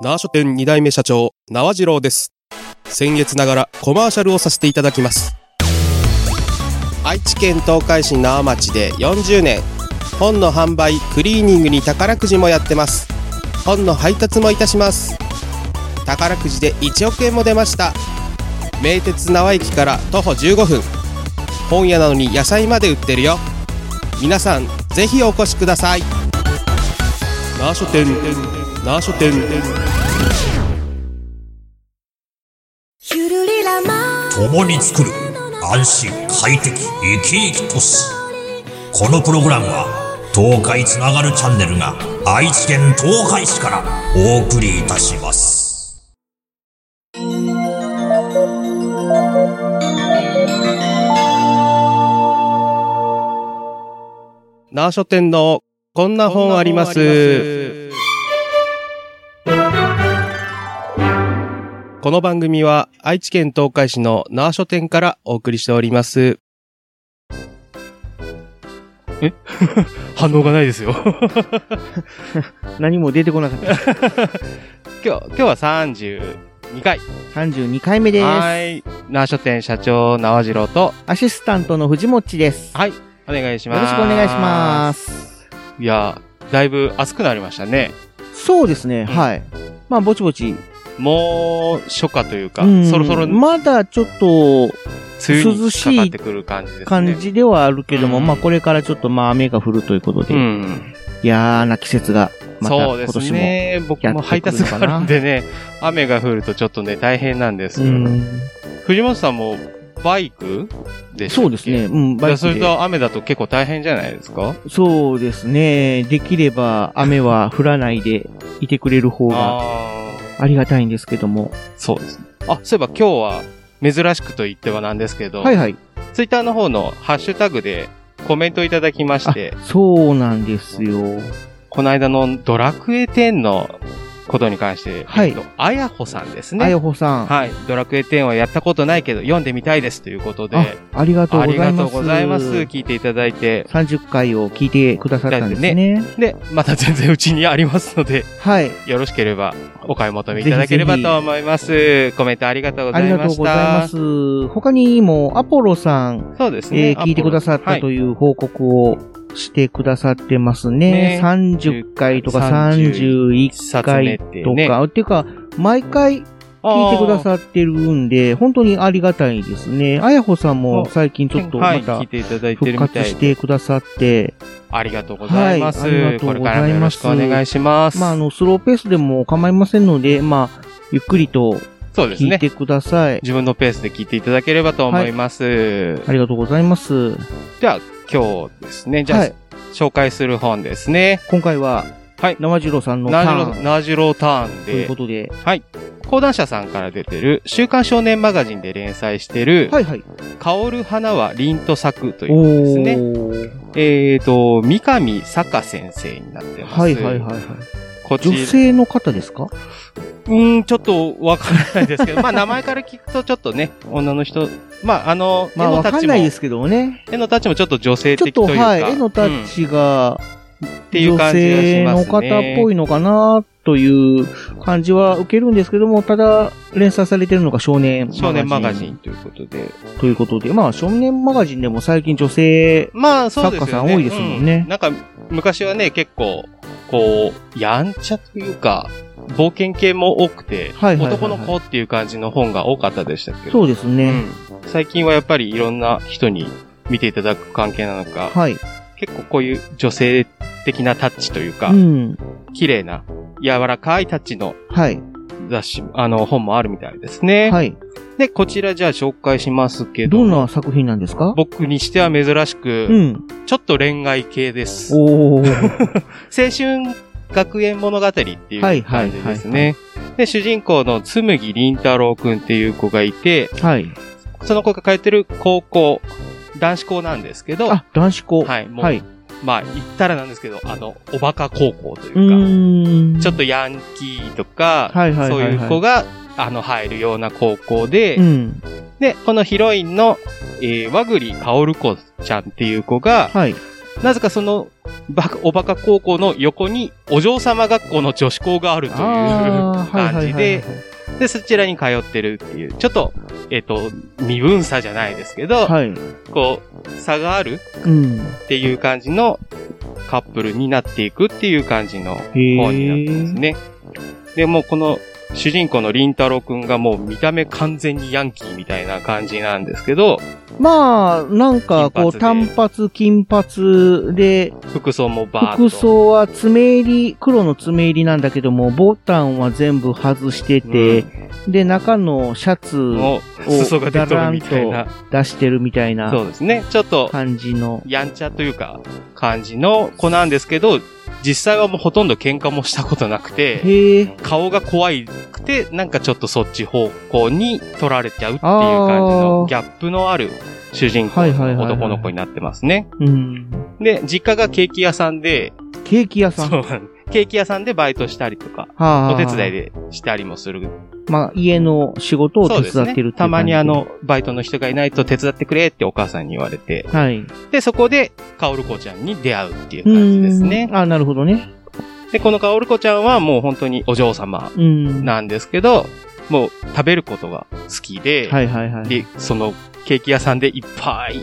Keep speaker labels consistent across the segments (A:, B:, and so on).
A: 縄書店2代目社長、縄次郎です。先月ながらコマーシャルをさせていただきます。愛知県東海市縄町で40年、本の販売、クリーニングに宝くじもやってます。本の配達もいたします。宝くじで1億円も出ました。名鉄縄駅から徒歩15分。本屋なのに野菜まで売ってるよ。皆さん、ぜひお越しください。縄書店、縄書店。
B: ゆるりらま
C: 共に作る安心快適生き生き都市このプログラムは東海つながるチャンネルが愛知県東海市からお送りいたします
A: 縄書店のこんな本あります。この番組は愛知県東海市の縄書店からお送りしております。
D: 反応がないですよ。
E: 何も出てこなかった。
A: 今日、今日は32回。
E: 32回目です。
A: はい。縄書店社長縄次郎と、
E: アシスタントの藤持です。
A: はい。お願いし
E: よ
A: ます。。
E: ろしくお願いしますす。
A: いや、だいぶ暑くなりましたね。
E: そうですね、はい。まあ、ぼちぼち。
A: もう、初夏というか、
E: うん
A: そろそろ梅
E: まだちょっと、
A: 雨にかかってくる感じですね。
E: 感。じではあるけども、
A: うん
E: まあ、これからちょっと、まあ、雨が降るということで、
A: うん。
E: 嫌な季節が、また
A: そう
E: 今
A: です
E: 年も。
A: ね。僕も配達があるんでね、雨が降るとちょっとね、大変なんです
E: う
A: けど。
E: ん、
A: 藤本さんもバイクでしたっけ
E: そうですね。。うん、
A: い
E: バ
A: や
E: イ
A: そ
E: ク
A: れ
E: で。
A: と雨だと結構大変じゃないですか
E: そうですね。できれば雨は降らないでいてくれる方が
A: ああ。
E: ありがたいんですけども。
A: そうですね。あ、そういえば今日は珍しくと言ってはなんですけど、
E: はいはい。
A: ツイッターの方のハッシュタグでコメントいただきまし
E: あ
A: て、、
E: そうなんですよ。
A: この間のドラクエ10のことに関して、
E: はい
A: えっとあやほさんです
E: あや
A: ね。
E: ほさん。
A: はい。ドラクエ10はやったことないけど、読んでみたいですということで、
E: あ、ありがとう
A: あ
E: ござ
A: り
E: います。
A: がとうございます。聞いていただいて。
E: 30回を聞いてくださったんですね。
A: で、また全然うちにありますので、
E: はい。
A: よろしければお買い求めいただければと思います。コメントありがとうござ
E: あり
A: い
E: が
A: ま
E: とう
A: し
E: ござい
A: た
E: ま。す。他にも、アポロさん、
A: そうです
E: え
A: ね
E: ー。聞いてくださったと
A: いう。
E: いう報告をしてくださってますね。
A: ね
E: 30回とか31回
A: 冊目って
E: と
A: ね
E: か。っていうか、毎回聞いてくださってるんで、本当にありがたいですね。あやほさんも最近ちょっと
A: は
E: ま
A: い、
E: た
A: 聞いていただいて
E: 復
A: るみ
E: 活
A: た
E: し
A: い。
E: てくださって、
A: ありがとうございます。
E: はいありがと
A: こ
E: う
A: れ
E: ご
A: か
E: ざいます
A: らもよろしくお願いします。
E: まあ、あの、スローペースでも構いませんので、まあ、ゆっくりと
A: そうです
E: 聞い
A: ね。
E: てください。
A: 自分のペースで聞いていただければと思います。
E: ありがとうございます。
A: じゃあ、今日ですね。じゃあ、
E: はい
A: 紹介する本ですね。
E: 今回は、
A: はい
E: 生次郎さんのタ
A: ナジロ
E: ーン
A: ナジロターン
E: と
A: で。
E: いうことで。
A: 講談社さんから出てる、週刊少年マガジンで連載してる、
E: はいはい。
A: 香る花は凛と咲くとい
E: お
A: うですね。
E: ー
A: えっと、三上坂先生になってます。
E: はいはいはいはい。
A: こちら、
E: 女
A: う
E: 性の方ですか
A: ーん、ちょっとわからないですけ ど、まあ名前から聞くとちょっとね、女の人、まああの、
E: まあ、
A: 絵の
E: わ
A: タ
E: か
A: ッチ
E: ん
A: も、
E: ないですけどね。
A: 絵のタッチもちょっと女性
E: ちょっ
A: 的
E: と、
A: というか。
E: はい、絵のタッ
A: うん
E: チが、
A: ていう
E: 女
A: 感じがし
E: 性
A: ます
E: の
A: ね
E: 方っぽいのかな、という感じは受けるんですけども、ただ、連載されてるのが少年マガジン。
A: 少年マガジンということで。
E: ということで、まあ、少年マガジンでも最近女性、
A: まあそうですよね。
E: 作家さん多いですもんね
A: うなんか昔はね、結構、こう、やんちゃというか、冒険系も多くて、
E: はいはいはいはい
A: 男の子っていう感じの本が多かったでしたけど、
E: そうですね。
A: うん最近はやっぱりいろんな人に見ていただく関係なのか、
E: はい。
A: 結構こういう女性的なタッチというか、
E: うん。
A: 綺麗な、柔らかいタッチの
E: はい。
A: 雑誌、あの、本もあるみたいですね。
E: はい。
A: で、こちらじゃあ紹介しますけど、
E: どんな作品なんですか
A: 僕にしては珍しく、
E: うん。
A: ちょっと恋愛系です。
E: お ー。
A: 青春学園物語っていう感じです
E: はいはい
A: ね。で、主人公の紬凛太郎くんっていう子がいて、
E: はい。
A: その子が通ってる高校、男子校なんですけど、
E: あ、男子校。
A: はい、もう、
E: はい。
A: まあ言ったらなんですけど、あの、おバカ高校と
E: う
A: いうか、
E: ーん。
A: ちょっとヤンキーとか、
E: はいはいはいはい
A: そういう子が、あの、入るような高校で、
E: うん。
A: で、このヒロインの、えー、和栗薫子ちゃんっていう子が、
E: はい。
A: なぜかそのばおバカ高校の横にお嬢様学校の女子校があるという
E: あーはい
A: 感
E: はい
A: じ
E: はいはい
A: で、で、そちらに通ってるっていう、ちょっと、えっ、と、身分差じゃないですけど、
E: はい。
A: こう、差がある
E: うん。
A: っていう感じのカップルになっていくっていう感じの
E: へえ。
A: 本になってますね。で、もうこの主人公のりんたろうくんがもう見た目完全にヤンキーみたいな感じなんですけど、
E: まあ、なんか、こう、単
A: 金
E: 発、金髪で、
A: 服装もバーッと。
E: 服装は爪入り、黒の爪入りなんだけども、ボタンは全部外してて、で、中のシャツ
A: もう裾が出とるみたいな。
E: 出してるみたい
A: そ
E: な
A: うですね。ちょっと、
E: 感じの。
A: やんちゃというか、感じの子なんですけど、実際はもうほとんど喧嘩もしたことなくて、
E: へえ。
A: 顔が怖いくて、なんかちょっとそっち方向に取られちゃうっていう感じ
E: あー
A: の、ギャップのある主人公
E: はいはいはい
A: の
E: はい
A: 男の子になってますね。
E: うん。
A: で、実家がケーキ屋さんで、
E: ケーキ屋
A: そ
E: さん。
A: うケーキ屋さんでバイトしたりとか、
E: は
A: お手伝いで
E: で。
A: したりもする。
E: まあ、家の仕事を
A: そう
E: 手
A: です
E: 伝ってるっていう感
A: ね。
E: じ
A: たまにあ。の、バイトの人がいないと手伝ってくれってお母さんに言われて、
E: はい。
A: で、そこで、カオルコちゃんに出会うっていう感じですね
E: う。んあ、なるほどね。
A: で、このカオルコちゃんはもう本当にお嬢様
E: うん。
A: なんですけど、もう食べることが好きで、
E: はいはいはい。
A: で、そのケーキ屋さんでいっぱい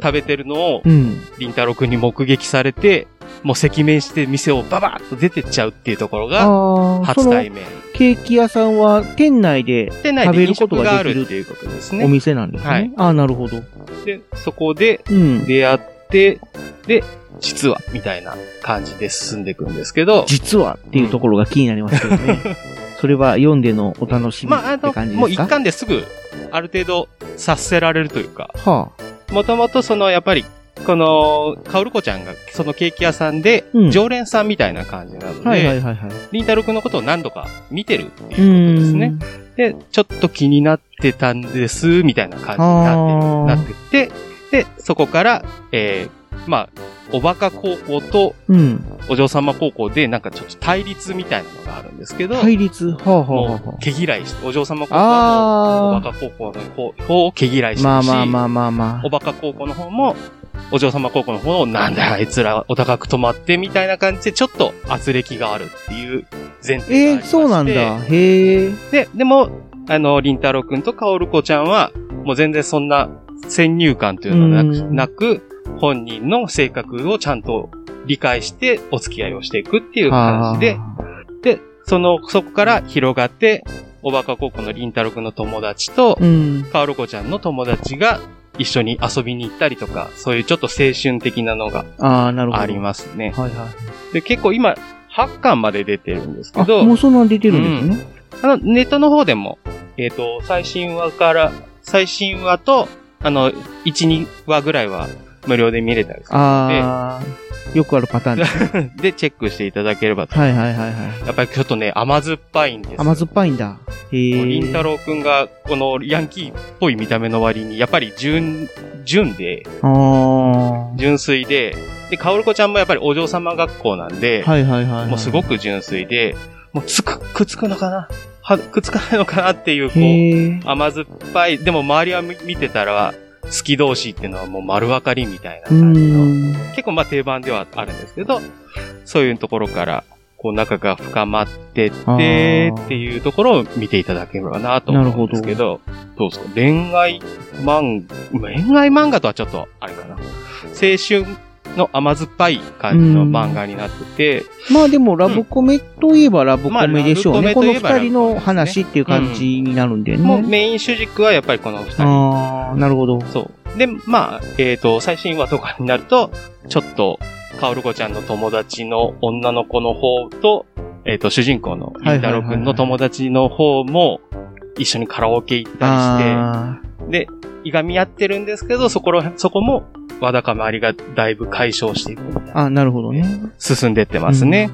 A: 食べてるのを
E: う、ん。
A: りんたろくんに目撃されて、もう赤面して店をババッと出てっちゃうっていうところが、
E: ああ、そ
A: 初
E: の
A: 対面。
E: ケーキ屋さんは店内で
A: で、ない
E: 食べ
A: で
E: る
A: 飲
E: こと
A: 食
E: が
A: があ
E: できる
A: るっていうことです
E: お
A: ね。
E: 店なんですね。
A: はい
E: ああ、なるほど。
A: で、そこで
E: うん。
A: 出会って、で、実は、みたいな感じで進んでいくんですけど、
E: 実はっていうところが気になりますけどね。 それは読んでのお楽しみ
A: まあ、あ
E: って
A: の
E: 感、じ
A: もう
E: です
A: 一
E: か、
A: 巻ですぐ、ある程度、察せられるというか、
E: はあ、
A: もともとその、やっぱり、この、かおるこちゃんが、そのケーキ屋さんで
E: うん、
A: 常連さんみたいな感じなの
E: はいはい
A: で、
E: はいはい。
A: りんたろくんのことを何度か見てるって
E: う
A: いうことです
E: ん。
A: ね。で、ちょっと気になってたんです、みたいな感じに
E: あー
A: なってる、なってって、で、そこから、えー、まあ、おバカ高校と
E: うん。
A: お嬢様高校で、なんかちょっと対立みたいなのがあるんですけど、
E: 対立。はあはあはあ
A: も
E: は
A: う、毛嫌いして、お嬢様高校はもう、お
E: あ。あ
A: バカ高校の方方を毛嫌いしてる
E: あ。
A: し、
E: まあまあまあまあま
A: おバカ高校の方も、お嬢様高校の方を、なんだよあいつらお高く泊まって、みたいな感じで、ちょっと圧力があるっていう前提がありま
E: あ。
A: して。
E: えー、そうなんだ。へえ。
A: で、でも、あの、りんたろくんとかおるこちゃんは、もう全然そんな先入観というのはな
E: う
A: く、
E: ん
A: なく本人の性格をちゃんと理解してお付き合いをしていくっていう感じで、で、その、そこから広がって、おバカ高校のりんたろくんの友達と
E: あー。う、ん。
A: かおるこちゃんの友達が一緒に遊びに行ったりとか、そういうちょっと青春的なのが
E: ああ、なるほど。
A: ありますね。
E: はいはい。
A: で、結構今、8巻まで出てるんですけ
E: あ、
A: ど、
E: もうそんなん出てるんですね。
A: あの、ネットの方でも、えっ、と、最新話から、最新話と、あの、1、2話ぐらいは無料で見れたりする
E: ああ。よくあるパターンです ね。
A: の で、チェックしていただければと。
E: はいはいはいはい。
A: やっぱりちょっとね、甘酸っぱいんですよ。
E: 甘酸っぱいんだ。へえ。
A: りんたろうくんが、このヤンキーっぽい見た目の割に、やっぱり純、純で、
E: あ
A: 純粋で、で、かおるこちゃんもやっぱりお嬢様学校なんで、
E: あ。はいはいはいはい。
A: もうすご
E: く。
A: く純粋で、もうつく、くっつくのかなは、くっつかないのかなっていう、こう、
E: へえ。
A: 甘酸っぱい、でも周りは見見てたら、好き同士っていうのはもう丸分かりみたいな
E: う
A: 感じの、
E: ん。
A: 結構まあ定番ではあるんですけど、そういうところから、こう仲が深まってっ
E: あ
A: て
E: ー
A: っていうところを見ていただければなと思うんですけど、どうですか恋愛漫画、恋愛漫画とはちょっとあれかな。青春の甘酸っぱい感じの漫画になってて、
E: まあでも、ラブコメといえばラブコメでしょうね。
A: まあラブ
E: こ
A: コ
E: の
A: メといえ
E: 二
A: ばラブコメ
E: 人の話っていう感じになるんだよね。
A: もうメイン主軸はやっぱりこの二人
E: ああ、なるほど。
A: そう。で、まあ、えっ、と、最新話とかになると、ちょっと、かおるこちゃんの友達の女の子の方と、えっ、と、主人公のりんたろうくんの友達の方も、一緒にカラオケ行った
E: あ
A: りして、で、いがみ合ってるんですけど、そこら、そこも、わだかまりがだいぶ解消していくみたい
E: ー
A: な、
E: あー、なるほどね。
A: 進んでってますね。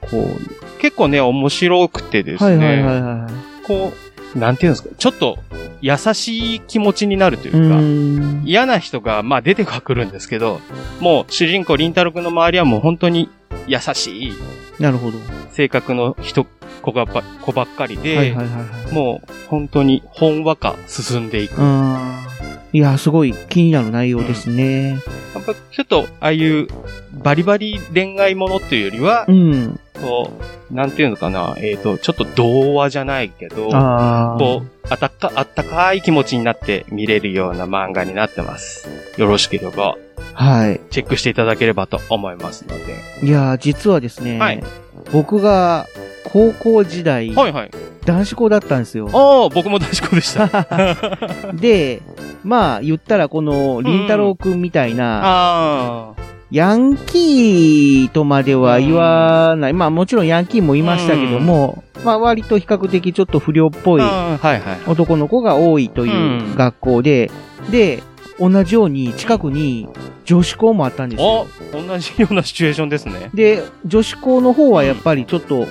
A: こう、結構ね、面白くてです
E: は
A: ね、
E: いはいはいはい。
A: こう、なんていうんですか、ちょっと、優しい気持ちになるという
E: う
A: か、
E: ーん。
A: 嫌な人が、まあ出てはくるんですけど、もう主人公りんたろくんの周りはもう本当に優しい
E: なるほど。
A: 性格の人、子がば、子ばっかりで、
E: はいはいはいはい。
A: もう本当にほんわか進んでいく。
E: あいや、すごい気になる内容ですね。
A: やっぱちょっと、ああいう、バリバリ恋愛ものっていうよりは、
E: うん。
A: こう、なんていうのかな、えっ、と、ちょっと童話じゃないけど、
E: ああ。
A: こう、あたか、あったかい気持ちになって見れるような漫画になってます。よろしければ、
E: はい。
A: チェックしていただければと思いますので。
E: いやー、実はですね、
A: はい
E: 僕が高校時代、
A: はいはい。
E: 男子校だったんですよ。
A: ああ、僕も男子校でした。
E: で、まあ、言ったらこの、りんたろうくんみたいな、
A: あ
E: ヤンキーとまでは言わない。まあ、もちろんヤンキーもいましたけども、まあ、割と比較的ちょっと不良っぽい
A: あ、はいはい。
E: 男の子が多いという学校で、で、同じように近くに女子校もあったんですよ。
A: お同じようなシチュエーションですね。
E: で、女子校の方はやっぱりちょっと、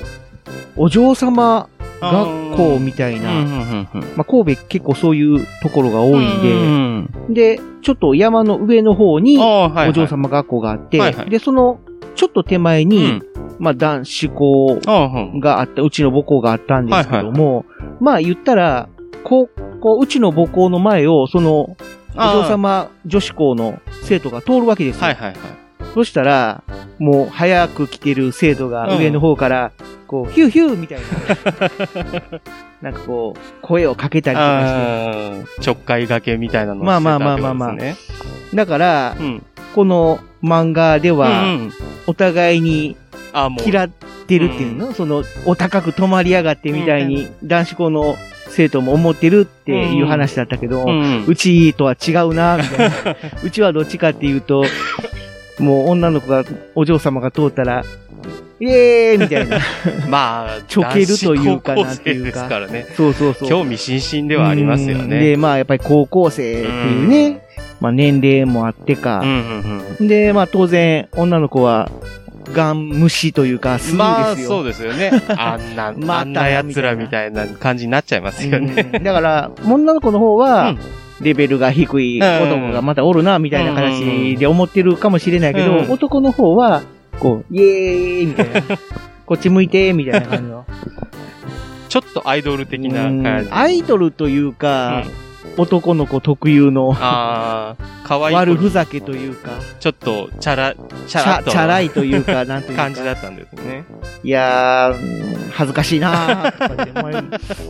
E: お嬢様学校みたいな、まあ、神戸結構そういうところが多いん
A: ん
E: で、で、ちょっと山の上の方に
A: で、お
E: お嬢様学校があって、
A: はいはい
E: で、その、ちょっと手前
A: に
E: に、まあ、男子校があった、うちの母校があったんですけども、まあ、言ったら、高校、うちの母校の前を、その、お嬢様女子校の生徒が通るわけですよ。
A: はいはいはい。
E: そしたら、もう早く来てる生徒が
A: うん
E: 上の方から、こう、ヒューヒューみたい な、なんかこう、声をかけたりとか
A: あーちょっかいがけみたいなのを
E: まあま
A: し
E: あ
A: てたってこと
E: まあまあまあ
A: ですね
E: して、だから、
A: うん。
E: この漫画で
A: う
E: は、
A: んうん
E: お互いに
A: あもう。
E: 嫌ってるっていうの、その、お高く止まりやがってみたいに、男子校の生徒も思ってるっていう話だったけ
A: う
E: ど、うんちとは違うな、みた いな。うちはどっちかっていうと、もう女の子が、お嬢様が通ったら、イエーイみたい な。
A: まあ、
E: ちょけるという
A: 男子高
E: か
A: 校
E: なんてい
A: 生で
E: うか
A: すからね。
E: そうそうそう。
A: 興味津々ではありますよ
E: うん
A: ね。
E: で、まあやっぱり高校生っていうね、まあ年齢もあってか、
A: うんうんうん
E: で、まあ当然、女の子は、ガン虫というか、スル
A: ま
E: ー
A: あ、
E: ですよ。
A: そうですよ ね。あんな、
E: また
A: あんな奴らみたいな感じになっちゃいますよね。
E: うんだから、女の子の方
A: う
E: は
A: ん、
E: レベルが低い男がまたおるな、みたいな形で思ってるかもしれないけ
A: うん
E: ど、男の方は、こう、イエーイみ たいな。こっち向いて、みたいな感じの。
A: ちょっとアイドル的な感
E: う
A: じ
E: ん。アイドルというか、男の子特有の
A: ああ、可愛い
E: 悪
A: 子
E: ふざけというか、
A: ちょっと、チャラ、チ
E: チ
A: ャラ
E: ャ
A: っと
E: チャラいというか、なんというか。
A: 感じだったんですね。
E: いやー、うん恥ずかしいなーとかって思い、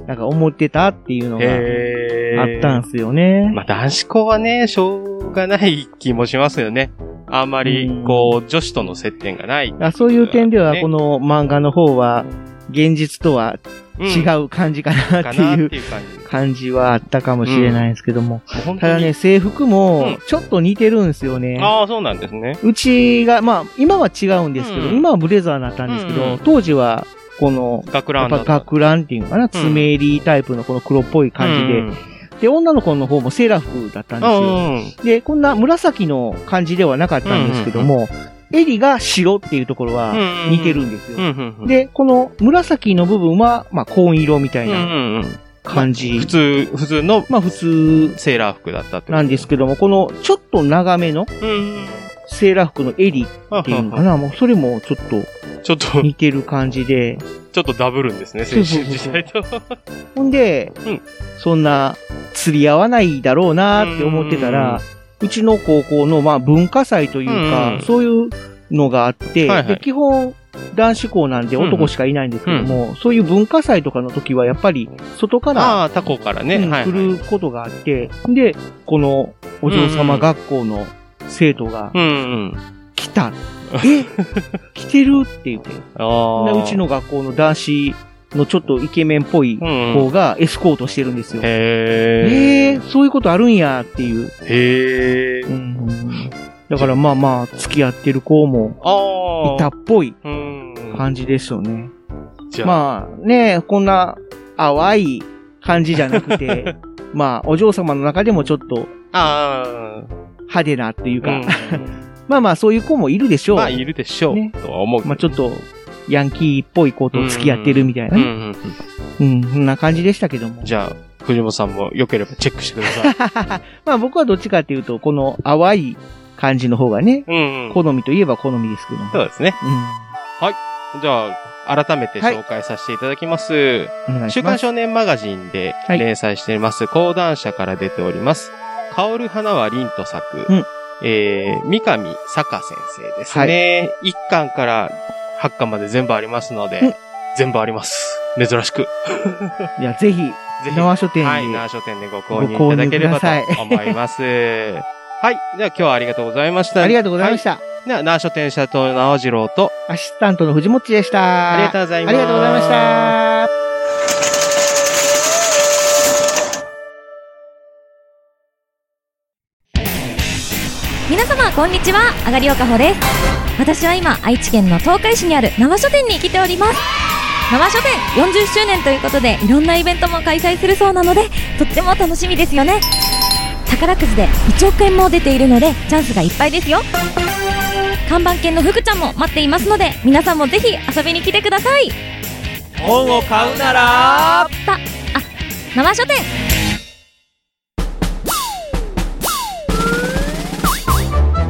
E: なんか思ってたっていうのが
A: へー
E: あったんすよね。
A: まあ、男子校はね、しょうがない気もしますよね。あんまり
E: うん、
A: こう、女子との接点がない。
E: あそういう点では、
A: ね
E: この漫画の方は、現実とは違
A: ん
E: う感じかな
A: か
E: って
A: なっ
E: いう
A: ていう感じ。
E: 感じはあったかもしれないんですけども。
A: もう本
E: た
A: 当
E: だ
A: に。
E: ね、制服も、ちょっと似てるんですよね。
A: ああ、そうなんですね。
E: うちが、まあ、今は違うんですけど、
A: うん
E: 今はブレザーになったんですけど、
A: うん
E: 当時は、この、
A: 学
E: や
A: ラ
E: っ
A: ン
E: ぱ
A: だった。
E: 学ランっていうのかな、爪入りタイプのこの黒っぽい感じで、で、女の子の方もセーラー服だったん
A: う
E: ですよ。
A: ん。うん。
E: で、こんな紫の感じではなかったんですけども、襟が白っていうところは
A: うん
E: 似てるんです
A: うんう
E: よ。
A: んうん。
E: で、この紫の部分は、まあ、紺色みた
A: う
E: い
A: んう
E: なん
A: うん、
E: 感じ
A: 普。通、普通の
E: まあ、普通
A: セーラー服だったってこと
E: なんですけども、このちょっと長めの
A: うん。
E: セーラー服の襟っ
A: は
E: ていうのか
A: は
E: な、もうそれもちょっと
A: ちょっと、
E: 似てる感じで。
A: ちょっとダブるんですね、
E: そ
A: 選
E: うそう
A: 手
E: そ
A: 時
E: うそう
A: 代 と。
E: ほんで、
A: うん
E: そんな釣り合わないだろうなーって思ってたら、うちの高校のまあ文化祭という
A: うんう
E: か
A: ん、
E: そういうのがあって、
A: はいはい
E: で基本男子校なんで
A: うんうん
E: 男しかいないんですけども、そういう文化祭とかの時はやっぱり外から、
A: ああ、他校からね。
E: うん
A: はいはい。
E: 来ることがあって、で、このお嬢様学校の生徒が
A: うんうん。
E: 来た。え 来てるって言って。
A: あ
E: で
A: あ。
E: うちの学校の男子のちょっとイケメンっぽい
A: うんう
E: 子
A: ん。
E: がエスコートしてるんですよ。
A: へ
E: ええ、そういうことあるんやっていう。
A: え。へえ。
E: だからまあまあ、付き合ってる子も
A: ああ。
E: いたっぽい
A: うん。
E: 感じですよね。
A: じゃあ、
E: まあね、こんな淡い感じじゃなくて、 まあ、お嬢様の中でもちょっと
A: あ
E: 派手なっていう
A: あ。
E: か、まあまあ、そういう子もいるでしょう。
A: まあ、
E: ま
A: いるでしょう。
E: ね
A: とは思う。
E: あ、ちょっと、ヤンキーっぽい子と付き合ってるみたいな
A: うんう
E: ね。
A: ん
E: うん、そんな感じでしたけども
A: うん。。じゃあ、藤本さんも良ければチェックしてください。
E: まあ僕はどっちかっていうと、この淡い感じの方がね、
A: うんうん。
E: 好みといえば好みですけども。
A: そうですね。
E: う
A: じゃあ、改めて紹介させていただきます。
E: ん。お願いし
A: 週
E: ま
A: 刊
E: す。
A: 少年マガジンで
E: はい
A: 連載しています、講談社から出ております。香る花は凛と咲く、
E: うん
A: えー、三上坂先生ですね。一1巻から8巻まで全部ありますので、
E: うん
A: 全部あります。珍しく。
E: いや、ぜひ、
A: ぜひ。
E: 縄書店に。
A: はい、那覇書店でご購入いただければと思います。 はい。では今日はありがとうございました。
E: ありがとうございました。
A: はい。では、那覇書店社長の直次郎と、
E: アシスタントの藤本でした。
A: ありがとうございます。
E: ありがとうございました。
F: 皆様こんにちはあがりおかほです私は今愛知県の東海市にある生書店に来ております生書店40周年ということでいろんなイベントも開催するそうなのでとっても楽しみですよね宝くじで1億円も出ているのでチャンスがいっぱいですよ看板犬のふくちゃんも待っていますので皆さんもぜひ遊びに来てください
G: 本を買うなら
F: たあ生書店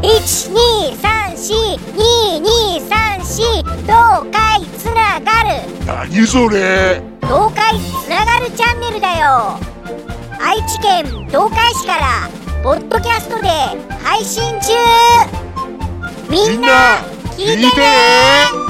H: 一二三四二二三四東海つながる
I: 何それ
H: 東海つながるチャンネルだよ愛知県東海市からポッドキャストで配信中みんな聞いてね